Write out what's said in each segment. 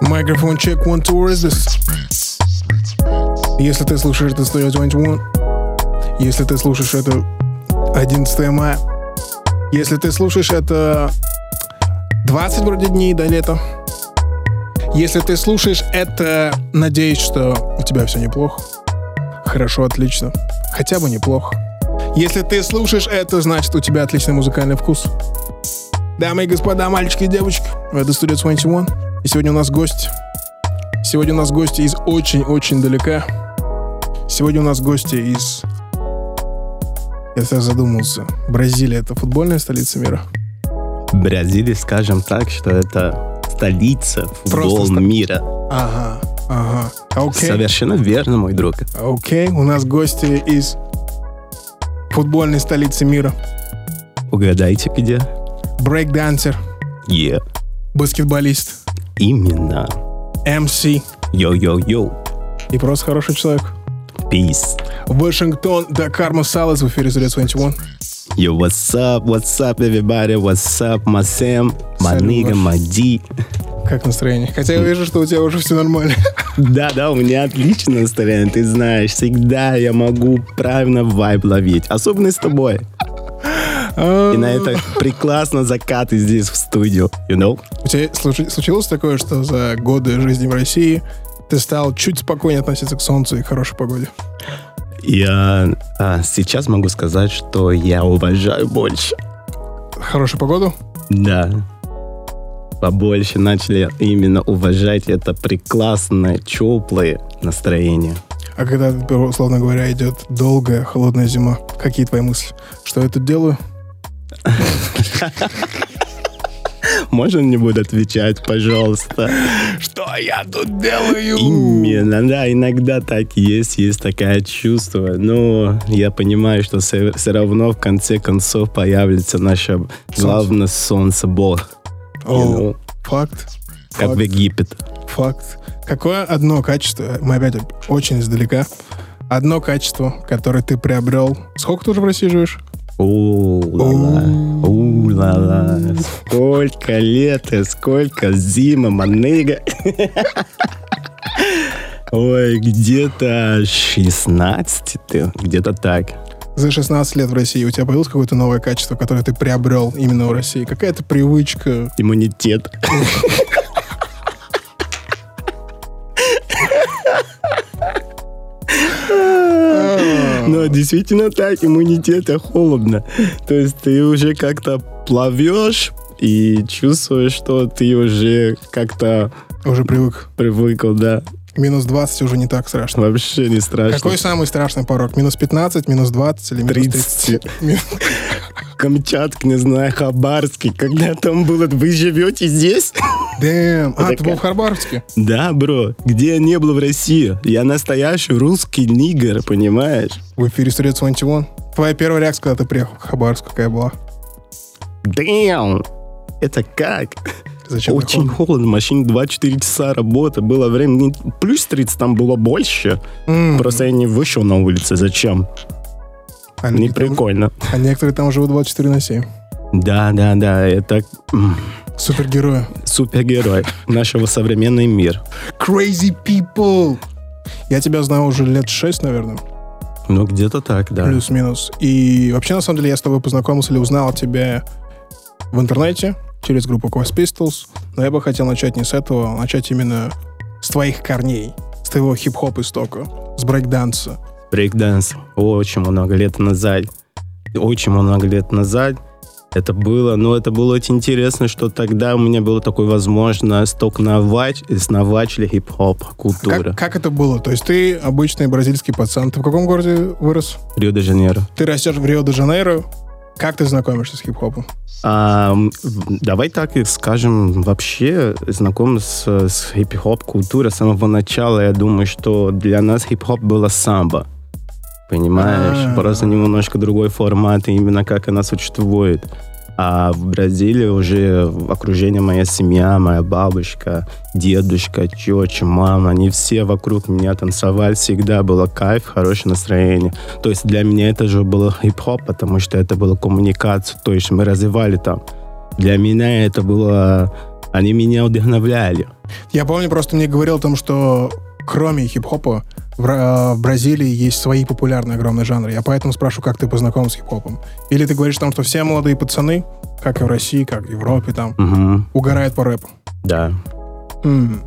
Microphone check one two resist. Если ты слушаешь это 121, если ты слушаешь это 11 мая, а. если ты слушаешь это 20 вроде дней до лета, если ты слушаешь это, надеюсь, что у тебя все неплохо, хорошо, отлично, хотя бы неплохо. Если ты слушаешь это, значит, у тебя отличный музыкальный вкус. Дамы и господа, мальчики и девочки, это Studio 21. И сегодня у нас гость. Сегодня у нас гости из очень-очень далека. Сегодня у нас гости из... Я сейчас задумался. Бразилия — это футбольная столица мира? Бразилии, скажем так, что это столица футбола ста- мира. Ага, ага. Окей, Совершенно верно, мой друг. окей. У нас гости из футбольной столицы мира. Угадайте, где? Брейкдансер, Е. баскетболист, Именно. МС Йо-йо-йо. и просто хороший человек. Peace. Вашингтон, Дакар Масалас в эфире Studio 21. Yo, what's up? What's up, everybody? What's up, my Sam? My Салют, nigga, ваш. my D? Как настроение? Хотя я вижу, что у тебя уже все нормально. Да, да, у меня отличное настроение, ты знаешь. Всегда я могу правильно вайб ловить. Особенно с тобой. И на это прекрасно закаты здесь в студию. You know? У тебя случи- случилось такое, что за годы жизни в России ты стал чуть спокойнее относиться к солнцу и к хорошей погоде? Я а, сейчас могу сказать, что я уважаю больше. Хорошую погоду? Да. Побольше начали именно уважать это прекрасное, теплое настроение. А когда, условно говоря, идет долгая холодная зима, какие твои мысли? Что я тут делаю? Можно не буду отвечать, пожалуйста? Что я тут делаю? Именно, да, иногда так и есть, есть такое чувство. Но я понимаю, что все, равно в конце концов появится наше главное солнце Бог. О, You know, факт. как в Факт. Египет. Факт. Какое одно качество, мы опять очень издалека, одно качество, которое ты приобрел. Сколько ты уже в России живешь? У-ла-ла, у-ла-ла, сколько лет и сколько зима, маныга. Ой, где-то 16 ты, где-то так. За 16 лет в России у тебя появилось какое-то новое качество, которое ты приобрел именно в России? Какая-то привычка? Иммунитет. А, Но действительно так, иммунитета холодно. То есть ты уже как-то плавешь и чувствуешь, что ты уже как-то Уже привык. привыкл, да. Минус 20 уже не так страшно. Вообще не страшно. Какой самый страшный порог? Минус 15, минус 20 или минус 30? 30. Камчатк, не знаю, Хабаровский, когда там было, вы живете здесь? Дэм. А, Это ты был как? в Харбаровске? Да, бро, где я не был в России? Я настоящий русский нигер, понимаешь? В эфире Studio 21. Твоя первая реакция, когда ты приехал в Хабаровск, какая была? Damn! Это как? Зачем так Очень холодно, в машине 24 часа работы, было время, ну, плюс 30 там было больше. М, Просто я не вышел на улице, зачем? а Не люди там- прикольно. А некоторые там живут 24 на 7. Да, да, да, это м, Супергерои. супергерой нашего современный мир. Crazy people! Я тебя знаю уже лет 6, наверное, Ну, где-то так, да. плюс-минус. И вообще, на самом деле, я с тобой познакомился или узнал о тебе в интернете через группу Quest Pistols. Но я бы хотел начать не с этого, а начать именно с твоих корней, с твоего хип-хоп истока, с брейкданса. брейкданс очень много лет назад. Очень много лет назад это было, но это было очень интересно, что тогда у меня было такое возможность только новач, сновать ли хип-хоп культура. Как, как это было? То есть ты обычный бразильский пацан. Ты в каком городе вырос? Рио-де-Жанейро. Ты растешь в Рио-де-Жанейро. Как ты знакомишься с хип-хопом? А, м, в- давай так и скажем, вообще знаком с, с хип-хоп культурой с самого начала. Я думаю, что для нас хип-хоп было самбо. Понимаешь? А. Просто немножко другой формат, и именно как она существует. А в Бразилии уже в окружении моя семья, моя бабушка, дедушка, тетя, мама, они все вокруг меня танцевали, всегда было кайф, хорошее настроение. То есть для меня это же было хип-хоп, потому что это была коммуникация, то есть мы развивали там Для меня это было... Они меня вдохновляли. Я помню, просто мне говорил о том, что кроме хип-хопа в, Бра- в Бразилии есть свои популярные огромные жанры. Я поэтому спрашиваю, как ты познакомился с хип-хопом. Или ты говоришь там, что все молодые пацаны, как и в России, как в Европе, там, Мгм. угорают по рэпу. Да. М.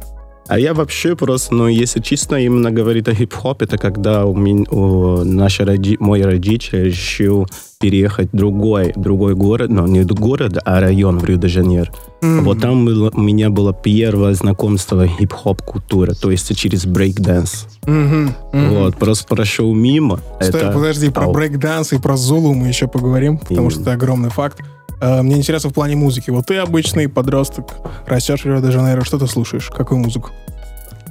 А я вообще просто, ну, если честно, именно говорить о хип-хопе, это когда у меня, у наши роди- мой родитель решил переехать в другой, другой город, но не город, а район в Рио-де-Жанейро. М. Вот там было, у меня было первое знакомство хип-хоп-культура, то есть через брейк-данс. Мгм. Мгм. Вот, просто прошел мимо. Стой, это... подожди, про Ау. брейк-данс и про Зулу мы еще поговорим, потому Именно. что это огромный факт. Э, Мне интересно в плане музыки. Вот ты обычный подросток, растешь в Рио-де-Жанейро, что ты слушаешь? Какую музыку?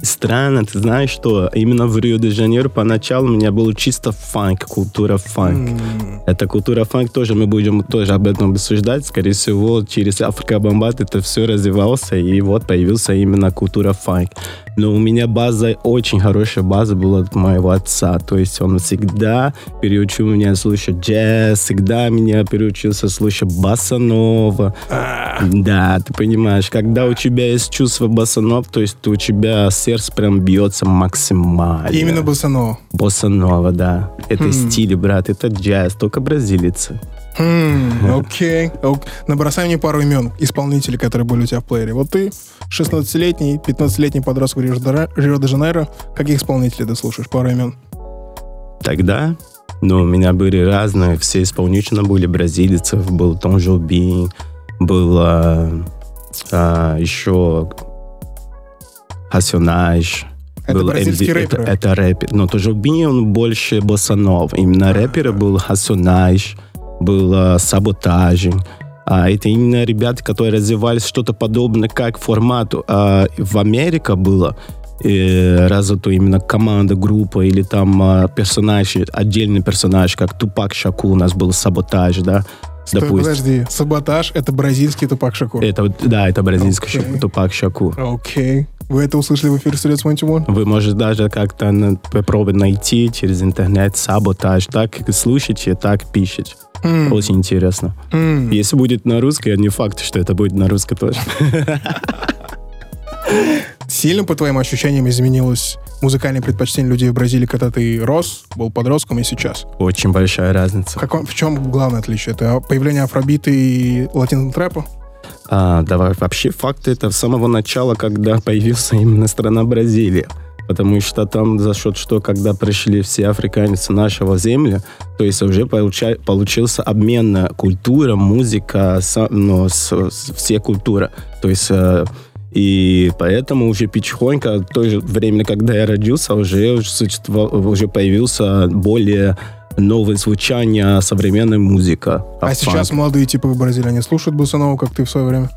Странно, ты знаешь, что именно в Рио-де-Жанейро поначалу у меня был чисто фанк, культура фанк. М. Эта культура фанк тоже, мы будем тоже об этом обсуждать. Скорее всего, через Африка Бомбат это все развивался, и вот появился именно культура фанк. Но у меня база, очень хорошая база была от моего отца. То есть он всегда переучил меня слушать джаз, всегда меня переучился слушать басанова. Да, ты понимаешь, когда у тебя есть чувство басанов, то есть у тебя сердце прям бьется максимально. Именно Босано. Босанова, да. Это Хм. стили, брат, это джаз, только бразилицы. Хм. М, Хм. Окей. Ок. Набросай мне пару имен исполнителей, которые были у тебя в плеере. Вот ты 16-летний, 15-летний подросток в Рио-де-Жа- Рио-де-Жанейро. Каких исполнителей ты слушаешь? Пару имен. Тогда, ну, у меня были разные, все исполнительно были бразильцев, был Том Жоби, был а, а, еще Хасюнайш. Это был бразильские MD рэперы. Это, это рэпер. Но тоже Бини, он больше босанов. Именно рэперы был Хасунайш, был а, Саботажин. А это именно ребята, которые развивались что-то подобное, как формату а, в Америке было. э, развита именно команда, группа или там а, персонаж, отдельный персонаж, как Тупак Шаку у нас был Саботаж, да? Стой, подожди. Саботаж — это бразильский Тупак Шакур. Это, вот- да, это бразильский Окей. Шаку- Тупак Шаку. Окей. Вы это услышали в эфире «Средств Монтимон»? Вы можете даже как-то на- попробовать найти через интернет саботаж. Так и слушайте, так пишите. М, Очень интересно. м. Если будет на русском, не факт, что это будет на русском тоже. Сильно, по твоим ощущениям, изменилось музыкальное предпочтение людей в Бразилии, когда ты рос, был подростком и сейчас? Очень большая разница. Как он- в чем главное отличие? Это появление афробита и латинного трэпа? А, давай, вообще факт это с самого начала, когда появился именно страна Бразилия. Потому что там за счет что, когда пришли все африканцы нашего земли, то есть уже получа- получился обмен на культура, музыка, са- ну, с- с- все культуры. То есть э, и поэтому уже потихоньку, а в то же время, когда я родился, уже, существова- уже появился более новое звучание современной музыка. А сейчас молодые типы в Бразилии, они слушают Бусанову, как ты в свое время?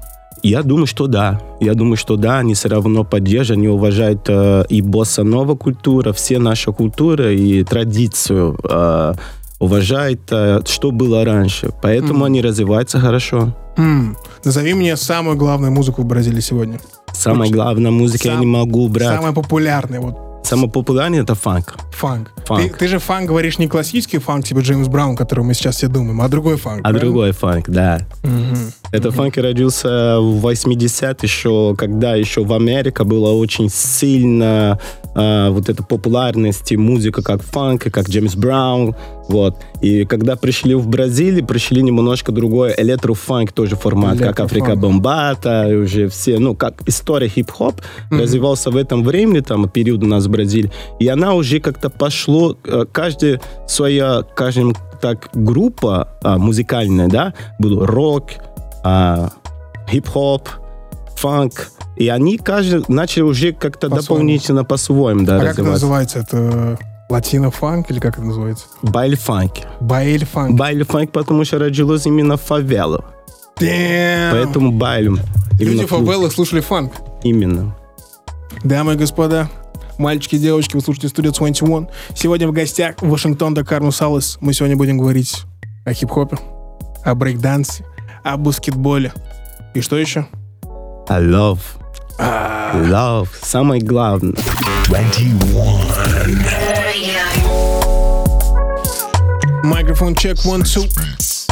Я думаю, что да. Я думаю, что да, они все равно поддерживают, они уважают э, и босса-нова культура, все наши культуры и традицию э, уважают, э, что было раньше. Поэтому Мгм. они развиваются хорошо. М, Хм, Назови мне самую главную музыку в Бразилии сегодня. Самое Очень. главное, музыка я Сам- не могу брать. Самая популярная, вот, Самое популярное это фанк. а фанк. Фанк. Ты, ты же фанк говоришь не классический фанк, типа Джеймс Браун, который мы сейчас все думаем, а другой фанк. А правильно? другой фанк, да. Мгм. Это фанк родился в 80 еще, когда еще в Америке было очень сильно а, вот эта популярность и музыка как фанк, и как Джеймс Браун, вот. И когда пришли в Бразилию, пришли немножко другой электрофанк тоже формат, как Электрофанк. Африка Бомбата, и уже все, ну, как история хип-хоп Мгм. развивался в этом времени, там, период у нас в Бразилии, и она уже как-то пошло, э, каждый своя, скажем так, группа а, музыкальная, да, был рок, а, хип-хоп, фанк, и они каждый начали уже как-то По-своему. дополнительно по-своему да, А как это развиваться. называется? Это латино-фанк или как это называется? Байль-фанк. Баэль-фанк. Байль-фанк, потому что родилось именно в фавелах. Damn! Поэтому байлем. А. Люди в фавелах слушали фанк. Именно. Дамы и господа, мальчики и девочки, вы слушаете Studio 21. Сегодня в гостях Вашингтон Дакар Мусалес. Мы сегодня будем говорить о хип-хопе, о брейк-дансе, о баскетболе. И что еще? I love. Love. А. Самое главное. Микрофон чек, one, two.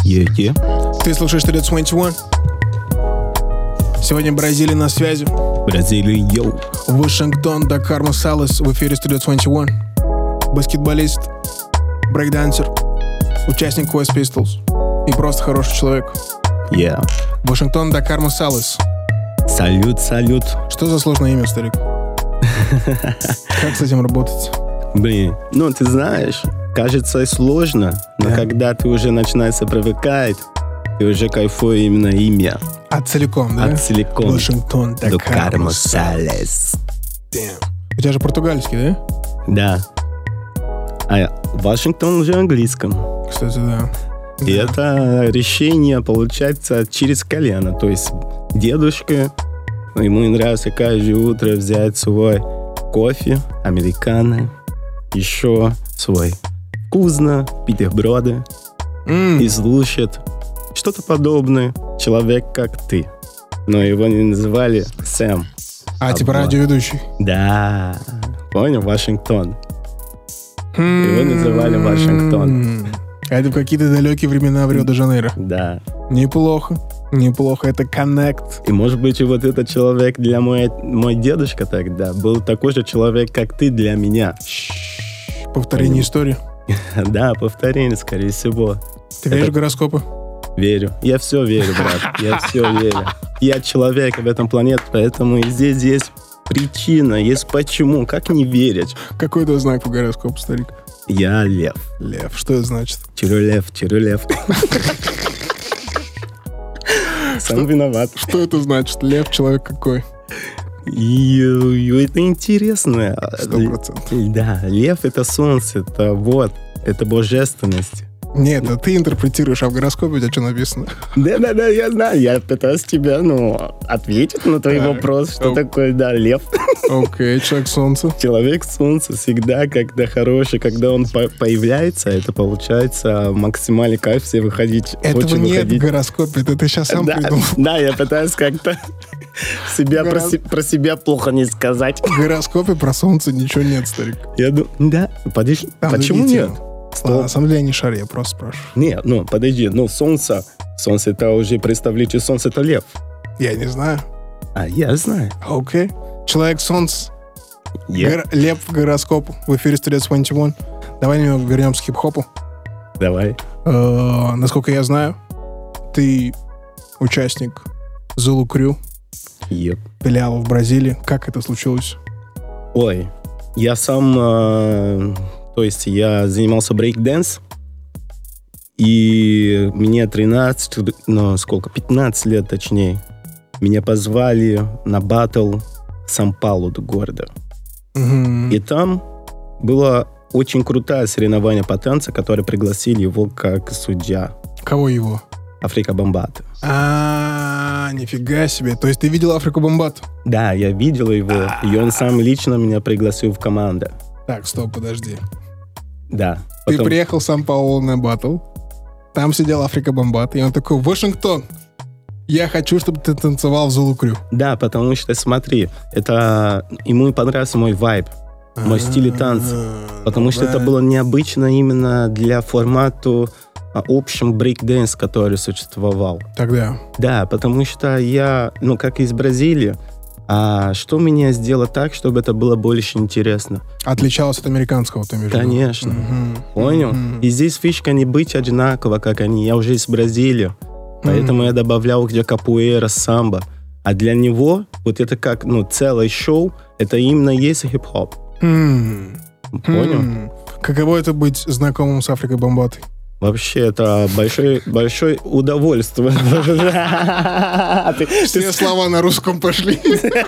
Е-е. Ты слушаешь Studio 21. Сегодня Бразилия на связи. Бразилия, йоу. Вашингтон, Дакар Масалес в эфире Studio 21. Баскетболист, брейкдансер, участник West Pistols и просто хороший человек. Yeah. Вашингтон, Дакар Масалес. Салют, салют. Что за сложное имя, старик? Как с этим работать? Блин, ну ты знаешь, кажется сложно, но Да. когда ты уже начинаешь привыкать, ты уже кайфуешь именно имя. А целиком, да? От целиком. Вашингтон, До Дакар Кармо Масалес. Салес. Damn. У тебя же португальский, да? Да. А Вашингтон уже английском. Кстати, да. И Да. это решение получается через колено. То есть дедушка, ему нравится каждое утро взять свой кофе, американо, еще свой вкусно, бутерброды М, и слушать что-то подобное человек, как ты. Но его не называли Сэм. А, типа Обман. радиоведущий. Да, понял, Вашингтон. Его называли Вашингтон. А Это в какие-то далекие времена в Рио-де-Жанейро. Да. Неплохо. Неплохо. Это коннект. И может быть, и вот этот человек для мой, мой дедушка тогда был такой же человек, как ты для меня. Повторение истории. Да, повторение, скорее всего. Ты веришь в Это- гороскопы? Верю. Я все верю, брат. Я все верю. Я человек в этом планете, поэтому и здесь есть причина, есть почему. Как не верить? Какой твой знак по гороскопу, старик? Я лев. Лев. Что это значит? Тюрюлев, тюрюлев. Сам виноват. Что это значит? Лев человек какой? И э, это интересно. Сто процентов. Да, лев это солнце, это вот, это божественность. Нет, а ты интерпретируешь, а в гороскопе у тебя что написано? Да-да-да, я знаю, я пытаюсь тебя, ну, ответить на твой Так, вопрос, что оп. такое, да, лев. Окей, человек солнца. Человек солнце всегда, когда хороший, когда он по- появляется, это получается максимальный кайф все выходить. Этого очень нет в выходить. гороскопе, это ты сейчас сам да, придумал. да, я пытаюсь как-то себя про, Гораздо- се- про себя плохо не сказать. В гороскопе про солнце ничего нет, старик. Я думаю, да, подожди, Там почему другие нет? темы. Стоп. Ладно, на самом деле я не шарю, я просто спрашиваю. Не, ну подожди, ну солнце, солнце это уже представитель солнце это лев. Я не знаю. А я знаю. Окей. Человек солнце. Я. Гор- Лев в гороскопу. В эфире Стрелец 21. Давай немного вернемся к хип-хопу. Давай. Э, насколько я знаю, ты участник Зулу Крю, Еп. филиала в Бразилии. Как это случилось? Ой, я сам, э, то есть я занимался брейк-дэнс, и мне 13, ну сколько, 15 лет точнее, меня позвали на батл Сан-Паулу до города. Мгм. И там было очень крутое соревнование по танцу, которое пригласили его как судья Кого его? Африка Бомбата. А, нифига себе. То есть ты видел Африку Бомбат? Да, я видел его, и он сам лично меня пригласил в команду. Так, стоп, подожди. Да. Ты потом- приехал в Сан-Паулу на батл, там сидел Африка Бомбат, и он такой, Вашингтон, я хочу, чтобы ты танцевал в Зулу Крю. Да, потому что, смотри, это ему понравился мой вайб, мой стиль и танцы. А, Потому что это давай. было необычно именно для формату а, общем брейк-дэнс, который существовал. Тогда. Да, потому что я, ну, как из Бразилии, а что меня сделать так, чтобы это было больше интересно? Отличалось от американского, ты имеешь в виду? Конечно. Мгм. Понял? Мгм. И здесь фишка не быть одинаково, как они. Я уже из Бразилии, поэтому я добавлял где капуэра, самбо. А для него вот это как, ну, целое шоу, это именно есть хип-хоп. М. Понял? М. Каково это быть знакомым с Африкой Бомбатой? Вообще, это большое, большое удовольствие. Ты- Все ты- слова на русском пошли. ты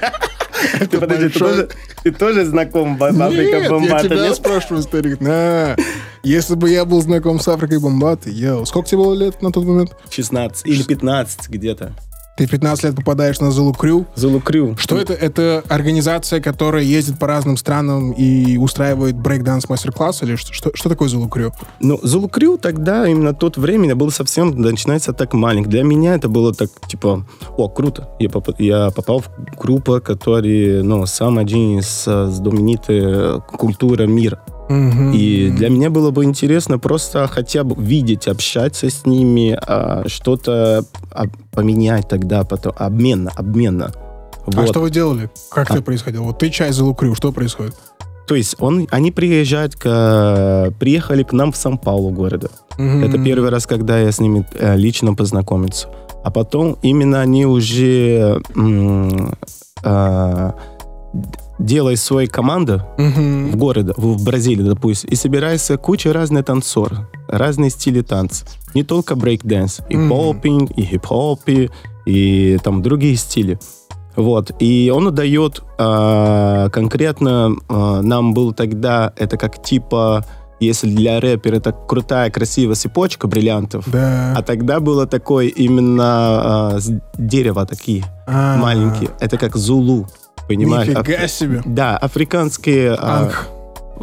подожди, ты большое- тоже- Ты тоже знаком в Нет, Африка я Бомбата, тебя нет? спрашиваю, старик. На. Если бы я был знаком с Африкой Бомбатой, йоу, сколько тебе было лет на тот момент? 16 или 15 где-то. Ты в 15 лет попадаешь на Зулу Крю. Зулу Крю. Что это? Это организация, которая ездит по разным странам и устраивает брейк-данс мастер-класс? Или что, что, что такое Зулу Крю? Ну, Зулу Крю тогда, именно тот время, был совсем, начинается так маленько. Для меня это было так, типа, о, круто. Я, поп- я попал в группу, который, ну, сам один из э, знаменитых культура э, мира. Мгм. И для меня было бы интересно просто хотя бы видеть, общаться с ними, а, что-то а, поменять тогда, потом, обмена, обмена. А Вот. что вы делали? Как А. это происходило? Вот ты чай залукрил, что происходит? То есть он, они приезжают, к, приехали к нам в Сан-Паулу города. Это первый раз, когда я с ними э, лично познакомился. А потом именно они уже м, э, д- делают свои команды в первый. городе, в в Бразилии, допустим, и собирается куча разных танцоров, разные стили танца. Не только брейк-дэнс, и Мгм. попинг, и хип-хоп, и- и там другие стили. Вот, и он дает а, конкретно, а, нам был тогда, это как типа, если для рэпера это крутая, красивая цепочка бриллиантов, а Да. тогда было такое именно а, с дерева такие, А. маленькие. Это как зулу, понимаешь? Нифига Афри- себе. Да, африканские... а, Анг.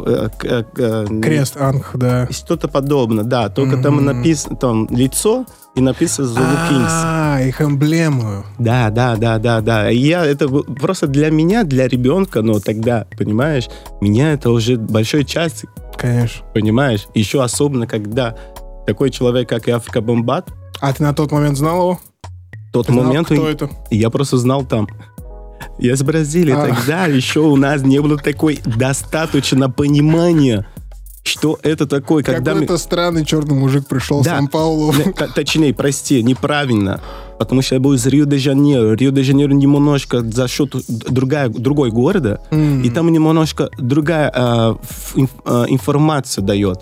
э, к- э, к- э, н- Крест Анг, да. Что-то подобное, да. Только там Мгм. написано там лицо и написано Zulu Kings. А, их эмблему. Да, да, да, да, да. И Я это был- просто для меня, для ребенка, но тогда, понимаешь, меня это уже большой часть, Конечно. понимаешь. Еще особенно, когда такой человек, как и Африка Бомбат, А ты на тот момент знал его? тот Знал, момент кто он- это? я просто знал там. Я с Бразилии А. тогда еще у нас не было такой достаточно понимания, что это такое, когда мы- Какой-то странный черный мужик пришел в Да. Сан-Паулу. Не, Ну, т- Точнее, прости, неправильно. Потому что я был из Рио-де-Жанейро. Рио-де-Жанейро немножко за счет д- другая, другой города. М. И там немножко другая а, ф- инф- а, информация дает.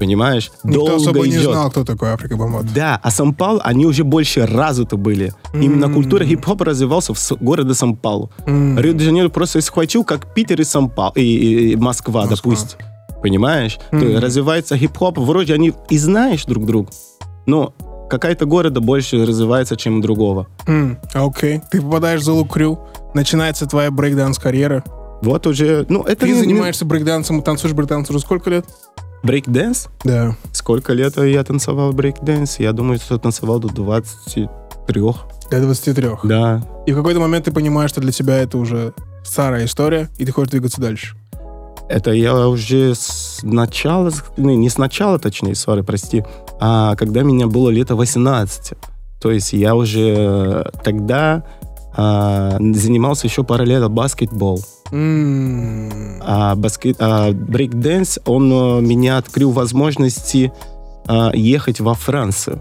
Понимаешь? Никто Долго особо не идет. знал, кто такой Африка Бомбат. Да, а Сан-Паулу, они уже больше развиты были. Именно М. культура хип-хоп развивался в с- городе Сан-Паулу. М. Рио-де-Жанейро просто схватил, как Питер и Сан-Паулу, и, и- и Москва, Москва. допустим. Понимаешь? То Мгм. есть развивается хип-хоп, вроде они и знаешь друг друга, но какая-то города больше развивается, чем другого. М, Окей. Ты попадаешь в залу крю, начинается твоя брейкданс-карьера. Вот уже, ну это... Ты не- не- занимаешься брейкдансом и танцуешь брейкданс уже сколько лет? Брейк-дэнс? Да. Сколько лет я танцевал брейк-дэнс? Я думаю, что танцевал до 23. До 23. Да. И в какой-то момент ты понимаешь, что для тебя это уже старая история, и ты хочешь двигаться дальше. Это я уже с начала, не, не с начала, точнее, сори, прости, а когда меня было лето 18. То есть я уже э, тогда а, занимался еще параллельно баскетбол. М, А, баскет, а, брейкдэнс, он э, меня открыл возможности а, ехать во Францию.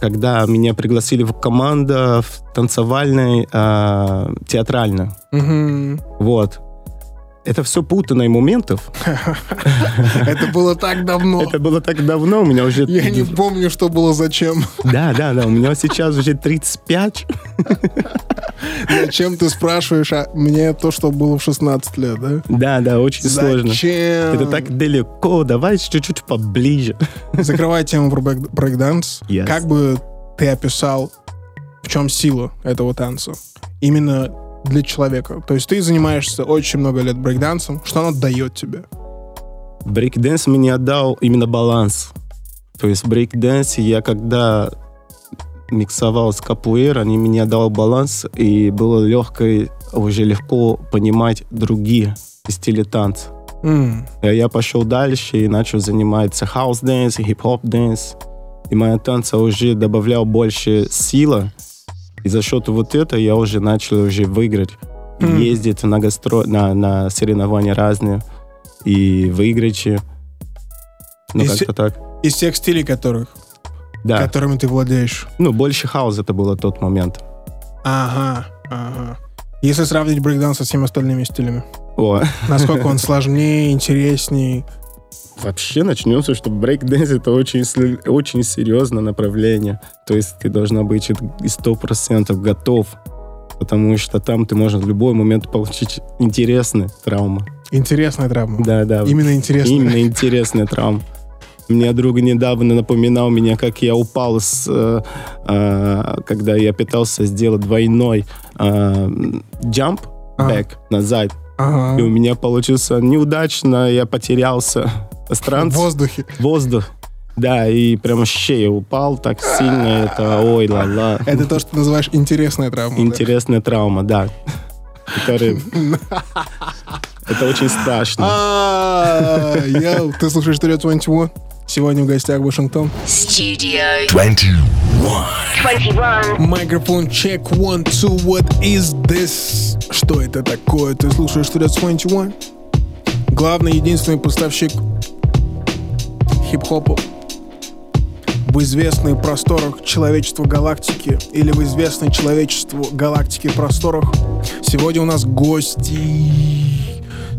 Когда меня пригласили в команду в танцевальной, а, театральной. мгм. Вот. Это все путанные моментов. Это было так давно. Это было так давно, у меня уже... Я не помню, что было зачем. Да, да, да, у меня сейчас уже 35. Зачем ты спрашиваешь, а мне то, что было в 16 лет, да? Да, да, очень сложно. Зачем? Это так далеко, давай чуть-чуть поближе. Закрывая тему про бэк- брейкданс, Yes. как бы ты описал, в чем сила этого танца? Именно для человека. То есть ты занимаешься очень много лет брейкдансом. Что оно дает тебе? Брейкдэнс мне отдал именно баланс. То есть в брейкдэнсе я когда миксовал с капуэр, они мне дал баланс, и было легко, уже легко понимать другие стили танца. М, А Я пошел дальше и начал заниматься хаус dance, хип-хоп dance. И моя танца уже добавлял больше силы. И за счет вот этого я уже начал уже выиграть. И Мгм. Ездить на гастро... на, на соревнования разные. И выиграть. и- Ну, И се- как-то так. Из тех стилей, которых, Да. которыми ты владеешь. Ну, больше хаос это было тот момент. Ага, ага. Если сравнить брейкданс со всеми остальными стилями, О. насколько он сложнее, интереснее. Вообще начнется, что брейк-дэнс это очень, сл- очень серьезное направление. То есть ты должна быть чет- и 100% готов, потому что там ты можешь в любой момент получить интересные травмы. Интересная травма. Да-да, Именно интересная. именно интересные травмы. Мне друг недавно напоминал меня, как я упал, с, э, э, когда я пытался сделать двойной джамп, А, бэк, назад. ага. И у меня получился неудачно, я потерялся. В Странц воздухе. воздух. Да, и прям щея упал так сильно, это ой ла-ла. Это то, что ты называешь интересная травма. да? Интересная травма, да. Который... Это очень страшно. А, Я, ты слушаешь Studio 21. Сегодня в гостях Вашингтон. Studio 21. Микрофон check one two what is this? Что это такое? Ты слушаешь Studio 21? Главный единственный поставщик хип-хопа в известных просторах человечества галактики или в известной человечеству галактики просторах. Сегодня у нас гости.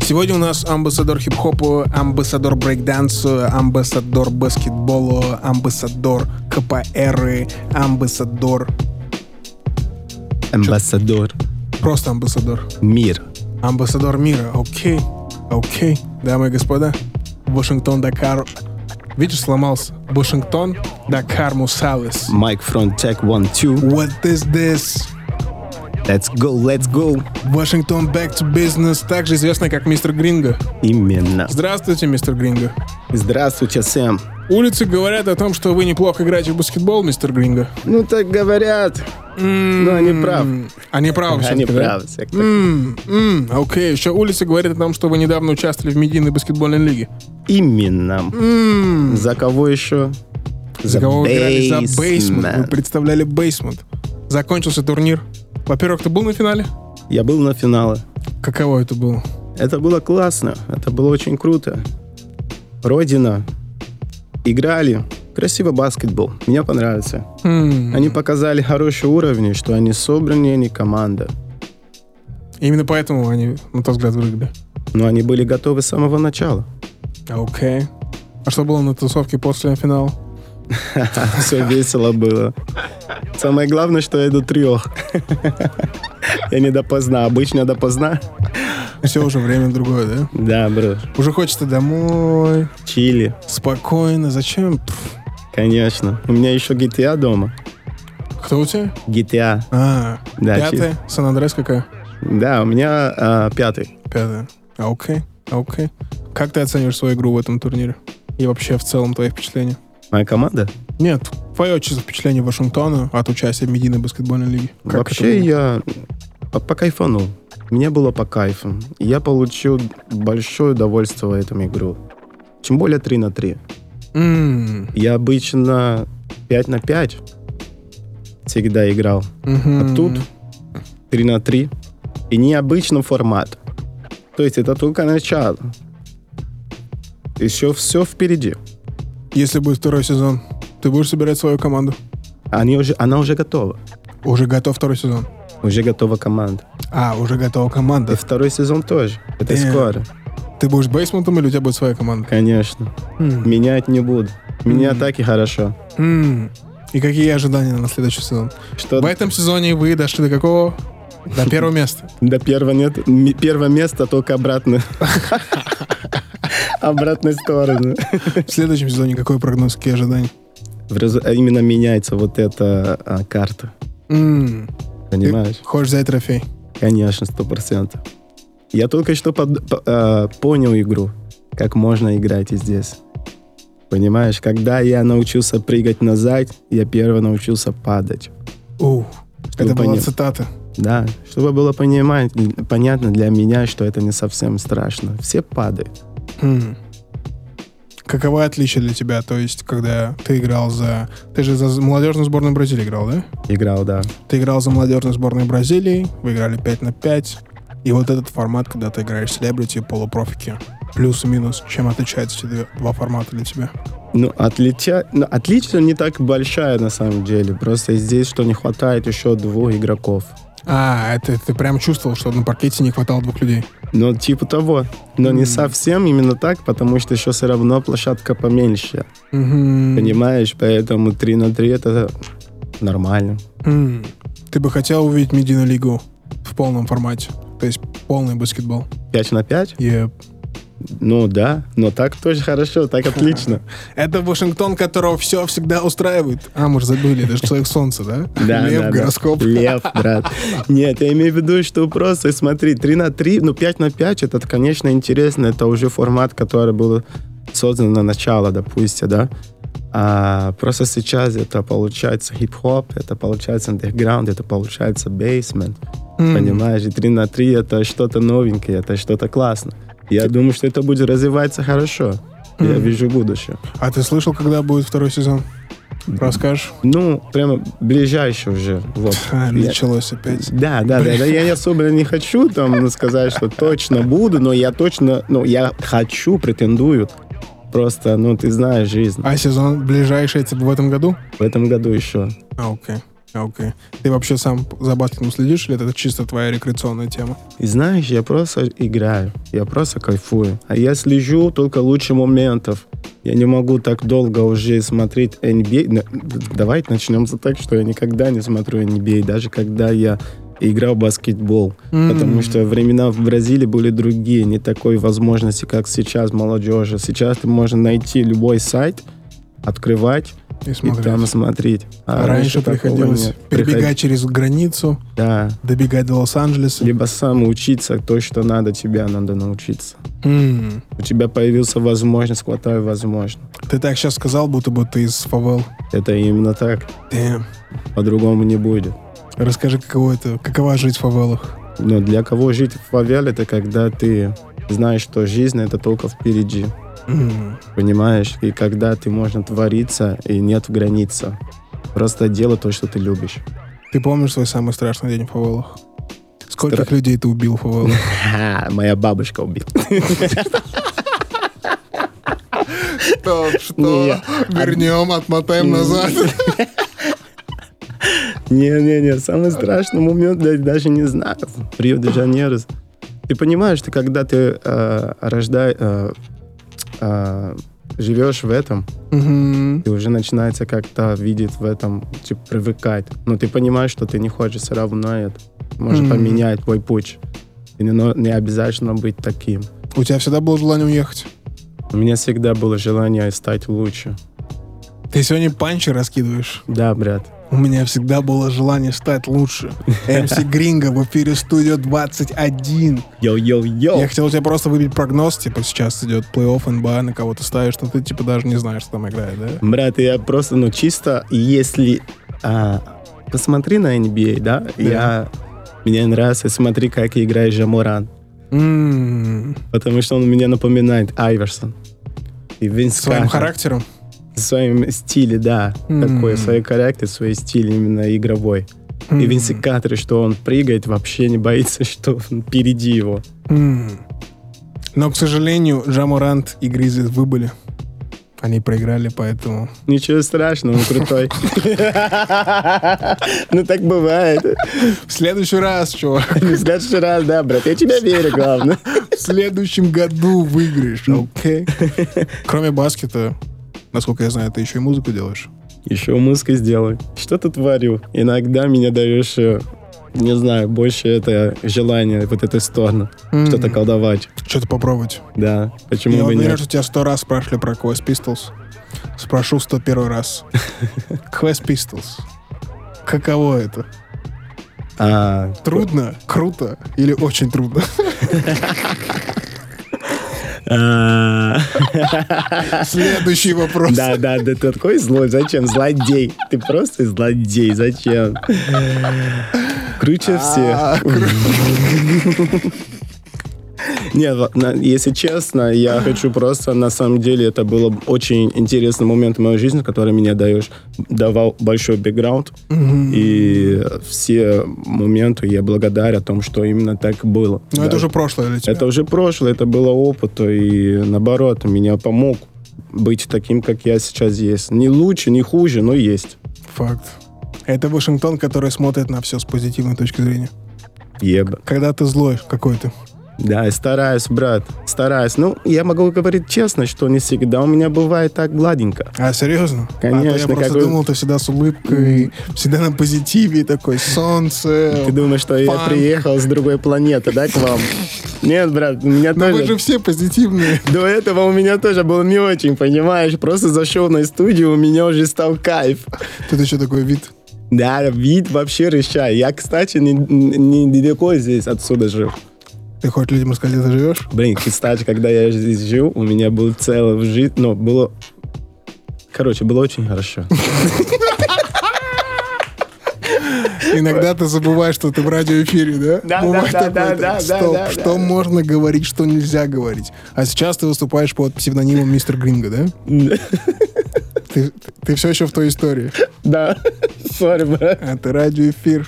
Сегодня у нас амбассадор хип-хопа, амбассадор брейкданса, амбассадор баскетбола, амбассадор КПР, амбассадор... Амбассадор. Просто амбассадор. Мир. Амбассадор мира. Окей. Окей. Дамы и господа, Вашингтон, Дакар... Видишь, сломался. Вашингтон, Дакар, Мусалес. Mike from Tech 1-2. What is this? Let's go, let's go. Вашингтон Back to Business, также известный как Мистер Гринго. Именно. Здравствуйте, мистер Гринго. Здравствуйте, Сэм. Улицы говорят о том, что вы неплохо играете в баскетбол, мистер Гринго. Ну, так говорят. М-м-м. Но они правы. Они а правы Они все-таки, правы. всяк так. М-м. окей, еще улицы говорят о том, что вы недавно участвовали в медийной баскетбольной лиге. Именно. За кого еще? М-м. За кого вы играли? За Бейсмент. Вы Basement. представляли Бейсмент. Закончился турнир. Во-первых, ты был на финале? Я был на финале. Каково это было? Это было классно, это было очень круто. Родина. Играли. Красиво баскетбол. Мне понравится. М, Они показали хороший уровень, что они собраны, они команда. Именно поэтому они, на тот взгляд, выиграли. Но они были готовы с самого начала. Окей. А что было на тусовке после финала? Все весело было. Самое главное, что я до трех. Я не допоздна. Обычно допоздна. Все уже время другое, да? Да, бро. Уже хочется домой, Чили. спокойно. Зачем? Пф, Конечно. У меня еще GTA дома. Кто у тебя? GTA. А, Да, пятая. Сан-Андрес какая? Да, у меня а, пятый. Пятая. А, окей, а, окей. Как ты оцениваешь свою игру в этом турнире? И вообще в целом твои впечатления? Моя команда? Нет, твое чисто впечатление Вашингтона от участия в медийной баскетбольной лиге. Как это Ну, Вообще было? я по- покайфанул. Мне было по кайфу. Я получил большое удовольствие в этом игру. Тем более 3 на 3. М, Я обычно 5 на 5 всегда играл. мгм. А тут 3 на 3. И необычный формат. То есть это только начало. Еще все впереди. Если будет второй сезон, ты будешь собирать свою команду? Они уже, она уже готова. Уже готов второй сезон. Уже готова команда. А, уже готова И команда. второй сезон тоже. Это Damn. скоро. Ты будешь бейсментом или у тебя будет своя команда? Конечно. М. Менять не буду. Меня так и хорошо. М. И какие ожидания на следующий сезон? Что В этом сезоне вы дошли до какого? До первого места. до первого, нет, ми- первого места только обратно. Обратной стороны. В следующем сезоне какой прогноз, какие ожидания? В резу- а Именно меняется вот эта а, карта. М. Ты Понимаешь? Хочешь взять трофей? Конечно, сто процентов. Я только что под- по- а, понял игру, как можно играть и здесь. Понимаешь, когда я научился прыгать назад, я первый научился падать. Ух, ну, Чтобы это была понять. цитата. Да, чтобы было понимать, понятно для меня, что это не совсем страшно. Все падают. М. Каково отличие для тебя? То есть, когда ты играл за... Ты же за молодежную сборную Бразилии играл, да? Играл, да. Ты играл за молодежную сборную Бразилии, вы играли 5 на 5. И вот этот формат, когда ты играешь селебрити, полупрофики, плюс и минус, чем отличаются эти две- два формата для тебя? Ну, отлича... ну, отличие не так большая на самом деле. Просто здесь, что не хватает еще двух игроков. А, это ты прям чувствовал, что на паркете не хватало двух людей. Ну, типа того. Но М. не совсем именно так, потому что еще все равно площадка поменьше. Мгм. Понимаешь? Поэтому 3 на 3 это нормально. М. Ты бы хотел увидеть медийную лигу в полном формате? То есть полный баскетбол. 5 на 5? Yep. Ну да, но так тоже хорошо, так отлично. Это Вашингтон, которого все всегда устраивает. А, мы же забыли, это же человек солнца, да? Да, Лев, да, да. гороскоп. Лев, брат. Нет, я имею в виду, что просто, смотри, 3 на 3, ну 5 на 5, это, конечно, интересно, это уже формат, который был создан на начало, допустим, да. А просто сейчас это получается хип-хоп, это получается underground, это получается basement, М. понимаешь? И 3 на 3 это что-то новенькое, это что-то классно. Я думаю, что это будет развиваться хорошо. Я вижу будущее. А ты слышал, когда будет второй сезон? Расскажешь? Ну, прямо ближайший уже. Вот. А, Я- началось опять. Да, да, да, да. Я не особо не хочу там ну, сказать, что точно буду, но я точно, ну, я хочу, претендую. Просто, ну, ты знаешь жизнь. А сезон ближайший это в этом году? В этом году еще. А, окей. А, окей. Ты вообще сам за баскетом следишь, или это чисто твоя рекреационная тема? И знаешь, я просто играю, я просто кайфую. А я слежу только лучше моментов. Я не могу так долго уже смотреть NBA. На- Давайте начнем за так, что я никогда не смотрю NBA, даже когда я играл в баскетбол. М. Потому что времена в Бразилии были другие, не такой возможности, как сейчас молодежи. Сейчас ты можешь найти любой сайт, открывать И и смотреть. там смотреть. А раньше такого приходилось нет. перебегать Приход- через границу, Да. добегать до Лос-Анджелеса. Либо сам учиться, то, что надо, тебя надо научиться. М. У тебя появился возможность, хватай возможно. Ты так сейчас сказал, будто бы ты из фавел. Это именно так. Damn. По-другому не будет. Расскажи, каково это, какова жить в фавелах? Но для кого жить в фавеле, это когда ты знаешь, что жизнь это только впереди. М. Понимаешь? И когда ты можно твориться и нет граница. Просто делай то, что ты любишь. Ты помнишь свой самый страшный день в фавелах? Скольких Стра- людей ты убил в фавелах? Ха, моя бабушка убила. Что? Не. Вернем, отмотаем назад. Не-не-не, самый страшный момент, я даже не знаю. Рио-де-Жанейро. Ты понимаешь, ты когда ты э, рожда- э, э, живешь в этом, Мгм. ты уже начинается как-то видеть в этом, типа, привыкать. Но ты понимаешь, что ты не хочешь все равно это. Можно Мгм. поменять твой путь. И не, но- не обязательно быть таким. У тебя всегда было желание уехать? У меня всегда было желание стать лучше. Ты сегодня панчи раскидываешь. Да, брат. У меня всегда было желание стать лучше. МС Гринго в эфире Студио 21. Йоу-йоу-йоу. Я хотел у тебя просто выбить прогноз, типа сейчас идет плей-офф НБА, на кого ты ставишь, но ты типа даже не знаешь, что там играет, да? Брат, я просто, ну, чисто, если... а, посмотри на NBA, да? Я... Мне нравится, смотри, как играет Жаморан. М, Потому что он меня напоминает Айверсон. И Винс Своим Картер. характером. В своем стиле, да. М. Такой, свой характер, свой стиль именно игровой. И М, Винс Картер, что он прыгает, вообще не боится, что впереди его. м. Но, к сожалению, Джамурант и Гризли выбыли. Они проиграли, поэтому... Ничего страшного, он крутой. Ну так бывает. В следующий раз, чувак, Не в следующий раз, да, брат. Я тебя верю, главное. в следующем году выиграешь, окей? Кроме баскета, насколько я знаю, ты еще и музыку делаешь. Еще музыка сделай. Что ты творю? Иногда меня даешь, э, не знаю, больше это желание вот этой стороны. М. Что-то колдовать. Что-то попробовать. Да. Почему Я бы уверен, нет? что тебя сто раз спрашивали про Quest Pistols. Спрошу сто первый раз. Quest Pistols. Каково это? А, Трудно, круто или очень трудно? а, Следующий вопрос. Да, да, да, ты такой злой. Зачем? Злодей. Ты просто злодей. Зачем? Круче А, всех. Нет, во- на- если честно, я хочу просто, на самом деле, это было очень интересный момент в моей жизни, который меня даешь, давал большой бэкграунд. И все моменты я благодарен о том, что именно так было. Ну, Да. это уже прошлое для тебя. Это уже прошлое, это было опыт, и наоборот, меня помог быть таким, как я сейчас есть. Не лучше, не хуже, но есть. Факт. Это Вашингтон, который смотрит на все с позитивной точки зрения. Еба. Когда ты злой какой-то. Да, я стараюсь, брат, стараюсь. Ну, я могу говорить честно, что не всегда у меня бывает так гладенько. А, серьезно? Конечно, А то я просто какой- думал, ты всегда с улыбкой, всегда на позитиве, такой солнце. Ты думаешь, что я Фан. приехал с другой планеты, да, к вам? Нет, брат, у меня Но вы тоже... же все позитивные. До этого у меня тоже было не очень, понимаешь? Просто зашел на студию, у меня уже стал кайф. Тут еще такой вид. Да, вид вообще решай. Я, кстати, не- не- недалеко здесь отсюда жил. Ты хочешь людям рассказать, где ты живешь? Блин, кстати, когда я здесь жил, у меня был целый жизнь, ну, было... Короче, было очень хорошо. Иногда ты забываешь, что ты в радиоэфире, да? Да, Бывает да, да, такое, да, так, да, Стоп, да, да, что да. можно говорить, что нельзя говорить. А сейчас ты выступаешь под псевдонимом Мистер Гринго, да? Ты, ты все еще в той истории. Да, сори, брат. Это радиоэфир.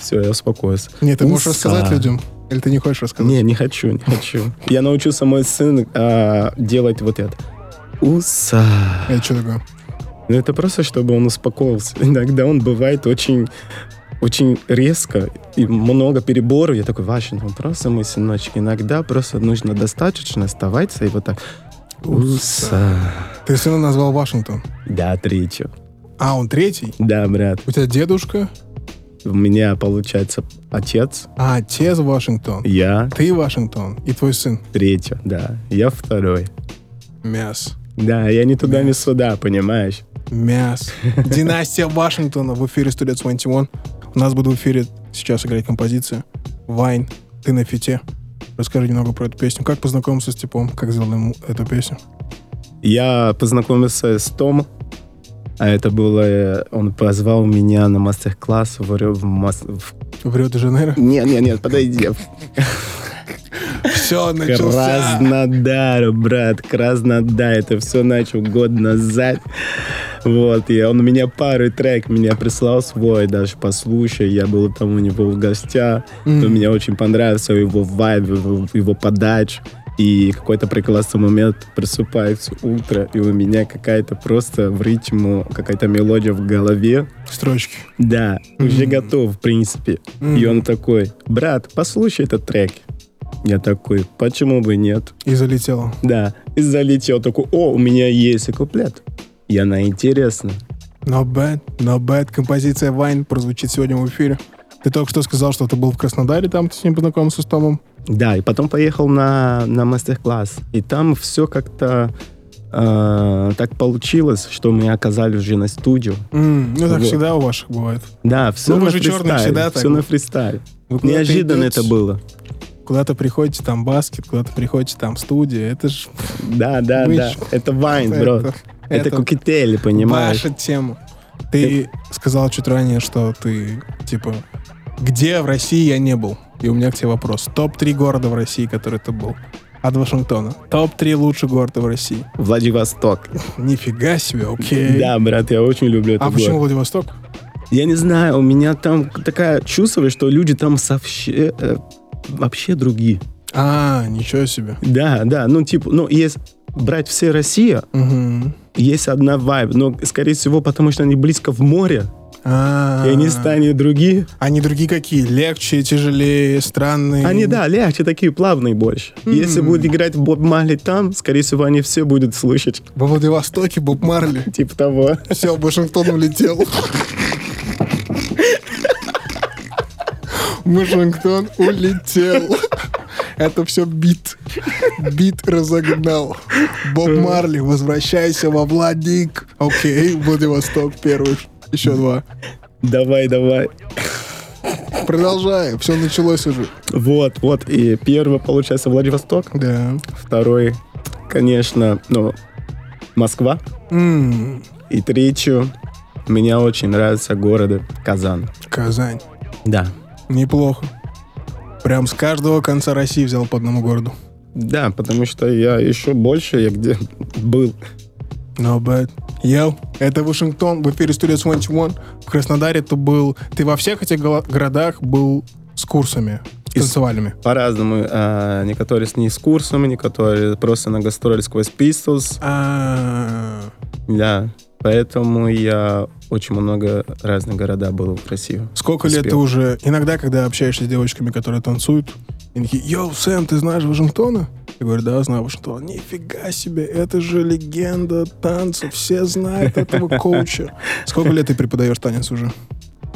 все, я успокоился. Нет, ты можешь Уса. рассказать людям? Или ты не хочешь рассказать? Не, не хочу, не хочу. Я научу самой сын а, делать вот это. Уса. Это что Э, такое? Ну, это просто, чтобы он успокоился. Иногда он бывает очень очень резко и много переборов. Я такой, ваш ну, просто мой сыночек, иногда просто нужно достаточно оставаться и вот так. Уса. Ты сына назвал Вашингтон. Да, третью. А, он третий? Да, брат. У тебя дедушка? У меня, получается, отец, А, отец Вашингтон. я Ты Вашингтон. И твой сын. третий, да. Я второй. Мяс. Да, я не туда, не сюда, понимаешь? Мяс. Династия Вашингтона в эфире Studio 21. У нас будет в эфире сейчас играть композиция. Вайн, ты на фите. Расскажи немного про эту песню. Как познакомился с Типом? Как сделал ему эту песню? Я познакомился с Том, а это было... э, Он позвал меня на мастер-класс в... Рио- в мас- в- В Рио-де-Жанейро? Не, не, не, подойди. Все, начался. Краснодар, брат, Краснодар. Это все начал год назад. Вот, и он у меня пару трек меня прислал свой, даже послушай. Я был там у него в гостях. М. Мне очень понравился его вайб, его, его подача. И какой-то прекрасный момент просыпается утро, и у меня какая-то просто в ритму, какая-то мелодия в голове. Строчки. Да, уже М. готов, в принципе. М. И он такой, брат, послушай этот трек. Я такой, почему бы нет? И залетело. Да, и залетел такой, о, у меня есть куплет. И она интересна. No bad, no bad. Композиция Вайн прозвучит сегодня в эфире. Ты только что сказал, что ты был в Краснодаре, там ты с ним познакомился с Томом. Да, и потом поехал на, на мастер-класс. И там все как-то э, так получилось, что мы оказались уже на студию. М, ну, так Вот. всегда у ваших бывает. Да, все Ну, вы на же фристайле. черные всегда так. Ну, все на фристайле. Вы куда-то Неожиданно идете, это было. Куда-то приходите, там баскет, куда-то приходите, там студия. Это же Да, да, Вы да. ж- Это вайн, бро. это- Это, это коктейли, понимаешь? ваша тема. Ты сказал чуть ранее, что ты, типа, где в России я не был? И у меня к тебе вопрос. Топ-3 города в России, которые ты был? От Вашингтона. Топ-3 лучших города в России. Владивосток. Нифига себе, окей. Да, брат, я очень люблю это а почему Владивосток? Я не знаю, у меня там такое чувство, что люди там совще- э, вообще другие. А, ничего себе. Да, да, ну типа, ну если брать все Россия, Мгм. есть одна вайб, но, скорее всего, потому что они близко в море, А. и они станут другие. Они другие какие? Легче, тяжелее, странные. Они, да, легче, такие плавные больше. Если будет играть Боб Марли там, скорее всего, они все будут слушать, Во Владивостоке Боб Марли. типа того. Все, Вашингтон улетел. Вашингтон улетел. Это все бит. Бит разогнал. Боб Марли, возвращайся во Владик. Окей, Владивосток первый. Еще два. Давай, давай. Продолжаем. Все началось уже. Вот, вот, и первый, получается, Владивосток, Да. второй, конечно, ну, Москва, М, и третью, мне очень нравятся города Казан. Казань. Да. Неплохо. Прям с каждого конца России взял по одному городу. Да, потому что я еще больше, я где был. No bad. Йоу, это Вашингтон, в эфире Studio 21. В Краснодаре ты был... Ты во всех этих голо- городах был с курсами И с- танцевальными. По-разному. а, некоторые с ней с курсами, некоторые просто на гастроли сквозь Pistols. А, Да. Поэтому я очень много разных города был в России. Сколько лет Успел. ты уже... Иногда, когда общаешься с девочками, которые танцуют, они такие, йоу, Сэм, ты знаешь Вашингтона? Я говорю, да, знаю Вашингтона. Нифига себе, это же легенда танцев, все знают этого коуча. Сколько лет ты преподаешь танец уже?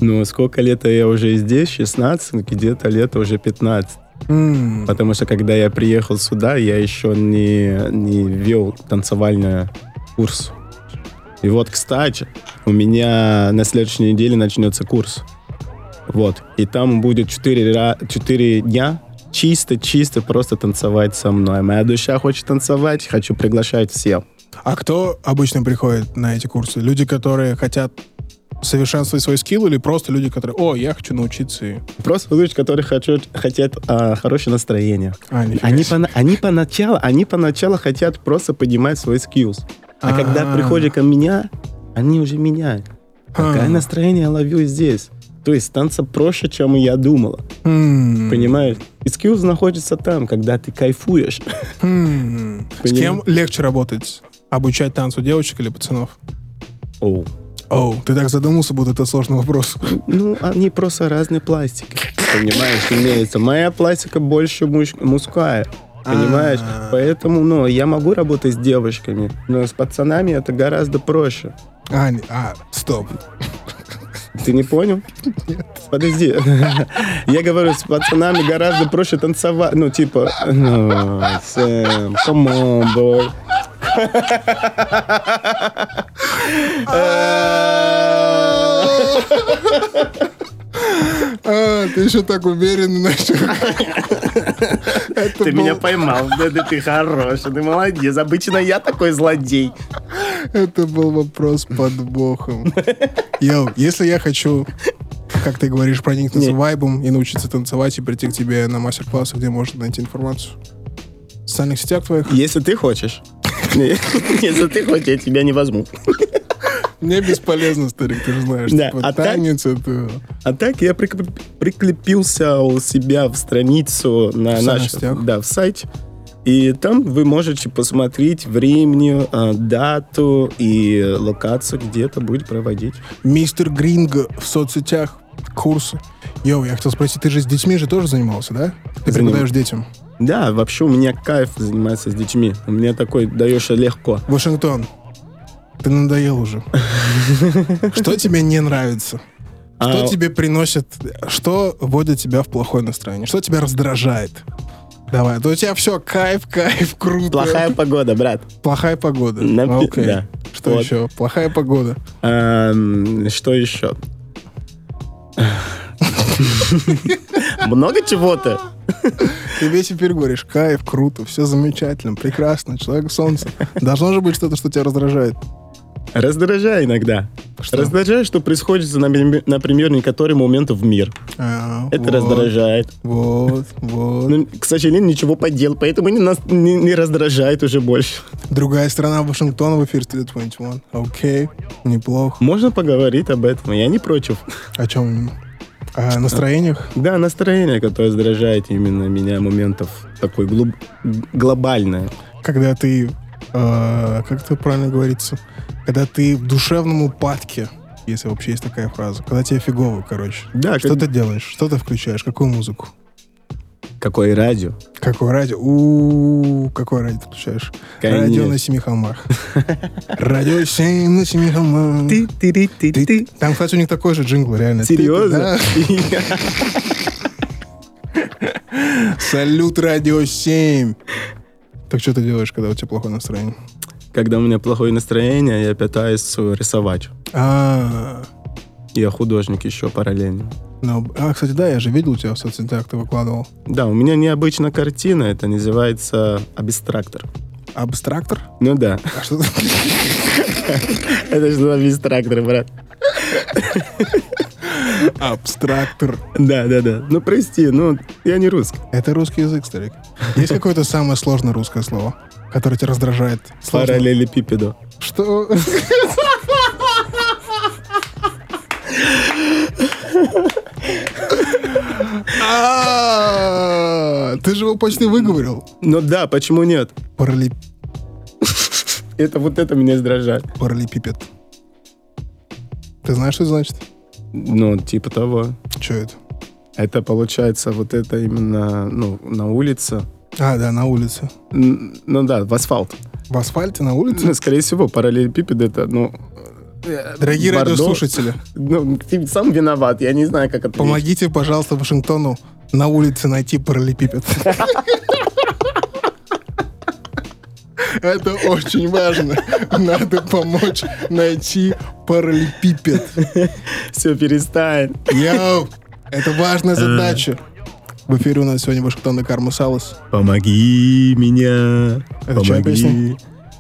Ну, сколько лет я уже здесь? 16, где-то лет уже 15. М, Потому что, когда я приехал сюда, я еще не, не вел танцевальный курс. И вот, кстати, у меня на следующей неделе начнется курс. Вот. И там будет 4, 4 дня чисто-чисто просто танцевать со мной. Моя душа хочет танцевать, хочу приглашать всех. А кто обычно приходит на эти курсы? Люди, которые хотят совершенствовать свой скилл или просто люди, которые, о, я хочу научиться. и-» Просто люди, которые хотят, хотят а, хорошее настроение. А, нифига Они, себе. пона- они, поначалу, они поначалу хотят просто поднимать свой skills. А, когда А. приходят ко меня, они уже меняют. Какое А. настроение я ловлю здесь? То есть станция проще, чем я думала. М, Понимаешь? И skills находится там, когда ты кайфуешь. м. хм. С Поним- кем легче работать? Обучать танцу девочек или пацанов? Оу. Оу, ты так задумался, будто это сложный вопрос. Ну, они просто разные пластики. Понимаешь, имеется. Моя пластика больше муж- мужская. Понимаешь? А. Поэтому, ну, я могу работать с девушками, но с пацанами это гораздо проще. А, не- а, стоп. Ты не понял? Подожди. Я говорю, с пацанами гораздо проще танцевать. Ну, типа, ну, Сэм, come on, boy. А, ты еще так уверенно начал. Это Ты меня был- поймал, да, да ты хороший, ты молодец. Обычно я такой злодей. Это был вопрос под подвохом. Йоу, если я хочу, как ты говоришь, проникнуться Не. вайбом и научиться танцевать и прийти к тебе на мастер-классы, где можно найти информацию? В социальных сетях твоих? Если ты хочешь. Не, Если ты хочешь, я тебя не возьму. Мне бесполезно, старик, ты же знаешь. Да, Типа, а так- танец это... А так я прикреп- прикрепился у себя в страницу на В наш, соцсетях. да, в сайте. И там вы можете посмотреть времени, э, дату и локацию, где это будет проводить. Мистер Гринго в соцсетях, курсы. Йоу, я хотел спросить, ты же с детьми же тоже занимался, да? Ты Заним- преподаешь детям. Да, вообще у меня кайф заниматься с детьми. У меня такой даешься легко. Вашингтон, ты надоел уже. Что тебе не нравится? Что А, тебе приносит, что вводит тебя в плохое настроение? Что тебя раздражает? Давай, а то у тебя все, кайф, кайф, круто. Плохая погода, брат. Плохая погода. Напи- А, Окей. да. Что Вот. еще? Плохая погода. Эм, что еще? Много чего-то. Тебе теперь говоришь, кайф, круто, все замечательно, прекрасно, человек солнце. Должно же быть что-то, что тебя раздражает. Раздражаю иногда. Что? Раздражаю, что происходит, например, например, некоторые моменты в мир. А, Это вот, раздражает. Вот, вот. Ну, к сожалению, ничего подел, поэтому не, нас, не, не раздражает уже больше. Другая сторона Вашингтона в эфире Studio 21. Окей, неплохо. Можно поговорить об этом, я не против. О чем? О настроениях? Да, настроение, которое раздражает именно меня моментов такой глоб- глобальное. когда ты, э, как это правильно говорится, когда ты в душевном упадке, если вообще есть такая фраза, когда тебе фигово, короче. Да, Что как- ты делаешь? Что ты включаешь? Какую музыку? Какое радио? Какое радио? У какое радио ты включаешь? Конечно. Радио на семи холмах. Радио семь на семи холмах. Ты- Ты-ты-ты-ты. Там, кстати, у них такой же джингл, реально. Ты- ты- Серьезно? да. Салют, Радио 7. Так что ты делаешь, когда у тебя плохое настроение? Когда у меня плохое настроение, я пытаюсь рисовать. А, Я художник еще параллельно. ну, а, кстати, да, я же видел у тебя в соцсетях, ты выкладывал. Да, у меня необычная картина, это называется абстрактор. Абстрактор? Ну да, А что это? это же за абстрактор, брат. Абстрактор. Да, да, да. Ну прости, ну я не русский. Это русский язык, старик. Есть какое-то самое сложное русское слово, которое тебя раздражает? Сложно? Параллелепипедо. Что? А, Ты же его почти выговорил. Ну да, почему нет? Паралли- Это вот это меня раздражает. Параллелепипед. Ты знаешь, что это значит? Ну, типа того. Что это? Это получается вот это именно, ну, на улице. А, да, на улице. Н- Ну да, в асфальт. В асфальте на улице? Ну, скорее всего, параллелепипед это, ну... э, Дорогие бордо. радиослушатели, Ну, ты сам виноват, я не знаю, как это... помогите, пожалуйста, Вашингтону на улице найти параллелепипед. Это очень важно. Надо помочь найти параллелепипед. Все, перестань. Йоу! Это важная задача. В эфире у нас сегодня Вашингтон и Карма Салас. Помоги меня. Это чья песня?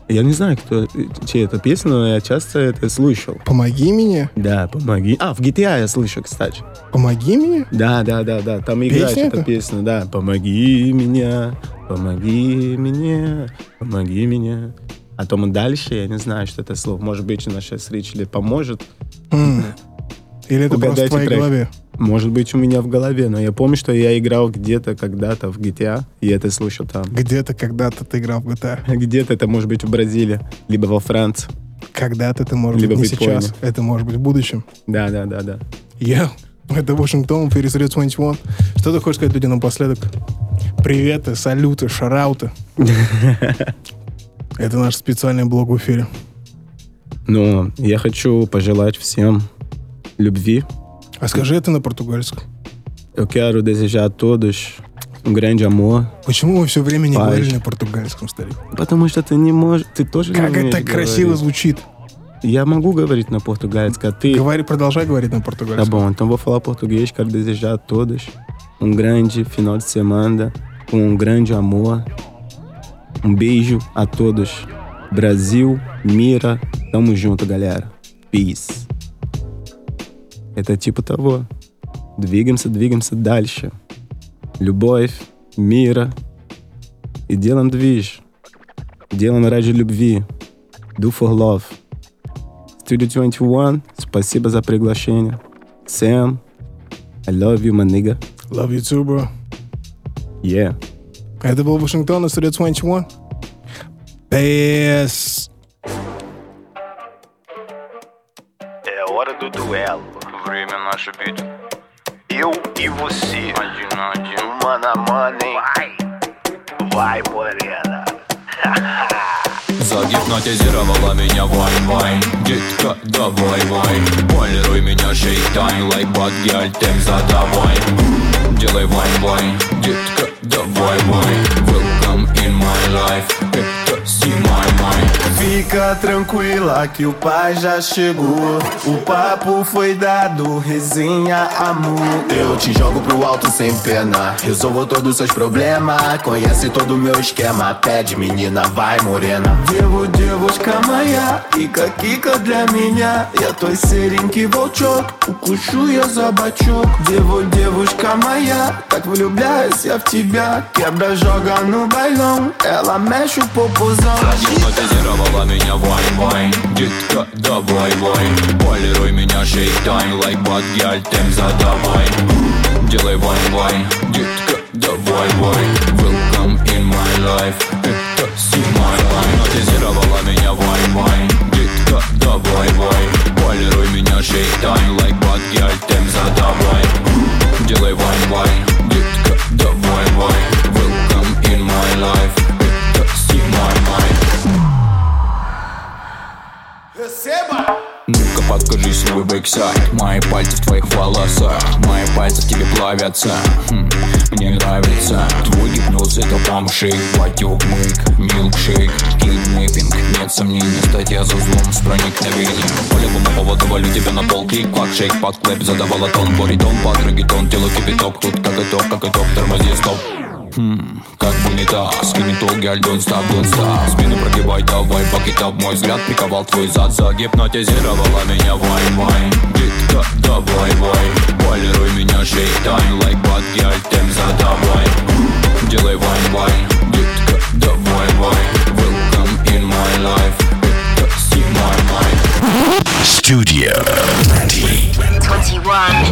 Я не знаю, кто, чья эта песня, но я часто это слышал. Помоги мне, Да, помоги. А, в GTA я слышу, кстати. помоги мне. Да, да, да, да. Там Песня играет эта эта? песня, да. Помоги меня, помоги меня, помоги меня. А то мы дальше, я не знаю, что это слово. Может быть, у нас сейчас Ричли поможет. М. Или это просто Угадайте в твоей трек. голове? Может быть, у меня в голове, но я помню, что я играл где-то когда-то в GTA, и это слышал там. Где-то когда-то ты играл в GTA. Где-то это может быть в Бразилии, либо во Франции. Когда-то ты, может Либо быть, не в Японии. сейчас. Это может быть в будущем. Да, да, да, да. Я. Это Вашингтон, Пересред 21. Что ты хочешь сказать людям напоследок? Приветы, салюты, шарауты. Это наш специальный блог в эфире. Но я хочу пожелать всем любви. А скажи это на португальском. Eu quero desejar a todos um grande amor, Почему мы все время не Паш. говорили на португальском, старик? потому что ты не можешь, ты тоже не Как это умеешь так красиво говорить. звучит. Я могу говорить на португальском, а ты... Говори, продолжай говорить на Tá португальском. bom, então vou falar português. Quero desejar a todos um grande final de semana, com um grande amor. Um beijo a todos. Brasil, Mira, tamo junto, galera. Peace. Это типа того. Двигаемся, двигаемся дальше. Любовь, мира. И делаем движ. Делаем ради любви. Do for love. Studio 21, спасибо за приглашение. Sam, I love you, my nigga. Love you too, bro. А Yeah. Это был Вашингтон, Studio 21. Peace. É hora do duelo. Время наше vídeo. Eu e você. Один на один. Mano a mano, hein? Vai. Vai, morena. Загипнотизировала меня вайн вайн Детка, давай вайн Полируй меня шейтайн Лайк бат гель, тем задавай Делай вайн вайн Детка, давай вайн Welcome in my life Это see my mind Fica tranquila que o pai já chegou. O papo foi dado, resenha amor. Eu te jogo pro alto sem pena. Resolvo todos os seus problemas. Conhece todo o meu esquema. Pede menina, vai morena. Devo, devo escamanhar. Fica kika для меня. Я той серенький волчок. Укушу я за бачок. Devo, девушка моя. Так влюбляюсь я в тебя. Quebra, joga no bailão. Ela mexe o popozão. Загипнотизировала меня вайн вайн Детка, давай вайн Полируй меня шейтайн Лайк бат гель, тем задавай Делай вайн вайн Детка, давай вайн Welcome in my life Это see my mind Загипнотизировала меня вайн вайн Детка, давай вайн Полируй меня шейтайн Лайк бат гель, тем задавай Делай вайн вайн Детка, давай вайн Welcome in my life Это see my mind Ну-ка покажи свой бэксайд Мои пальцы в твоих волосах Мои пальцы в тебе плавятся Хм, Мне нравится Твой гипноз это бомшейк Потек мык, милкшейк Киднеппинг, нет сомнений Статья за узлом с проникновением По любому поводу валю тебя на пол Клик, пак, шейк, пак, клэп Задавала тон, боритон, пак, регетон Тело кипяток, тут как и топ, как и топ Тормози, стоп Хм, как бы не так Скинь итоги, аль, don't stop, don't stop Спину прогибай, давай, покитап Мой взгляд приковал твой зад Загипнотизировала меня, вайн, вайн Детка, давай, вайн Полируй меня, шейтайн Лайк, бат, я тем задавай Делай вайн, вайн Детка, давай, вайн Welcome in my life Это see my mind Twenty one.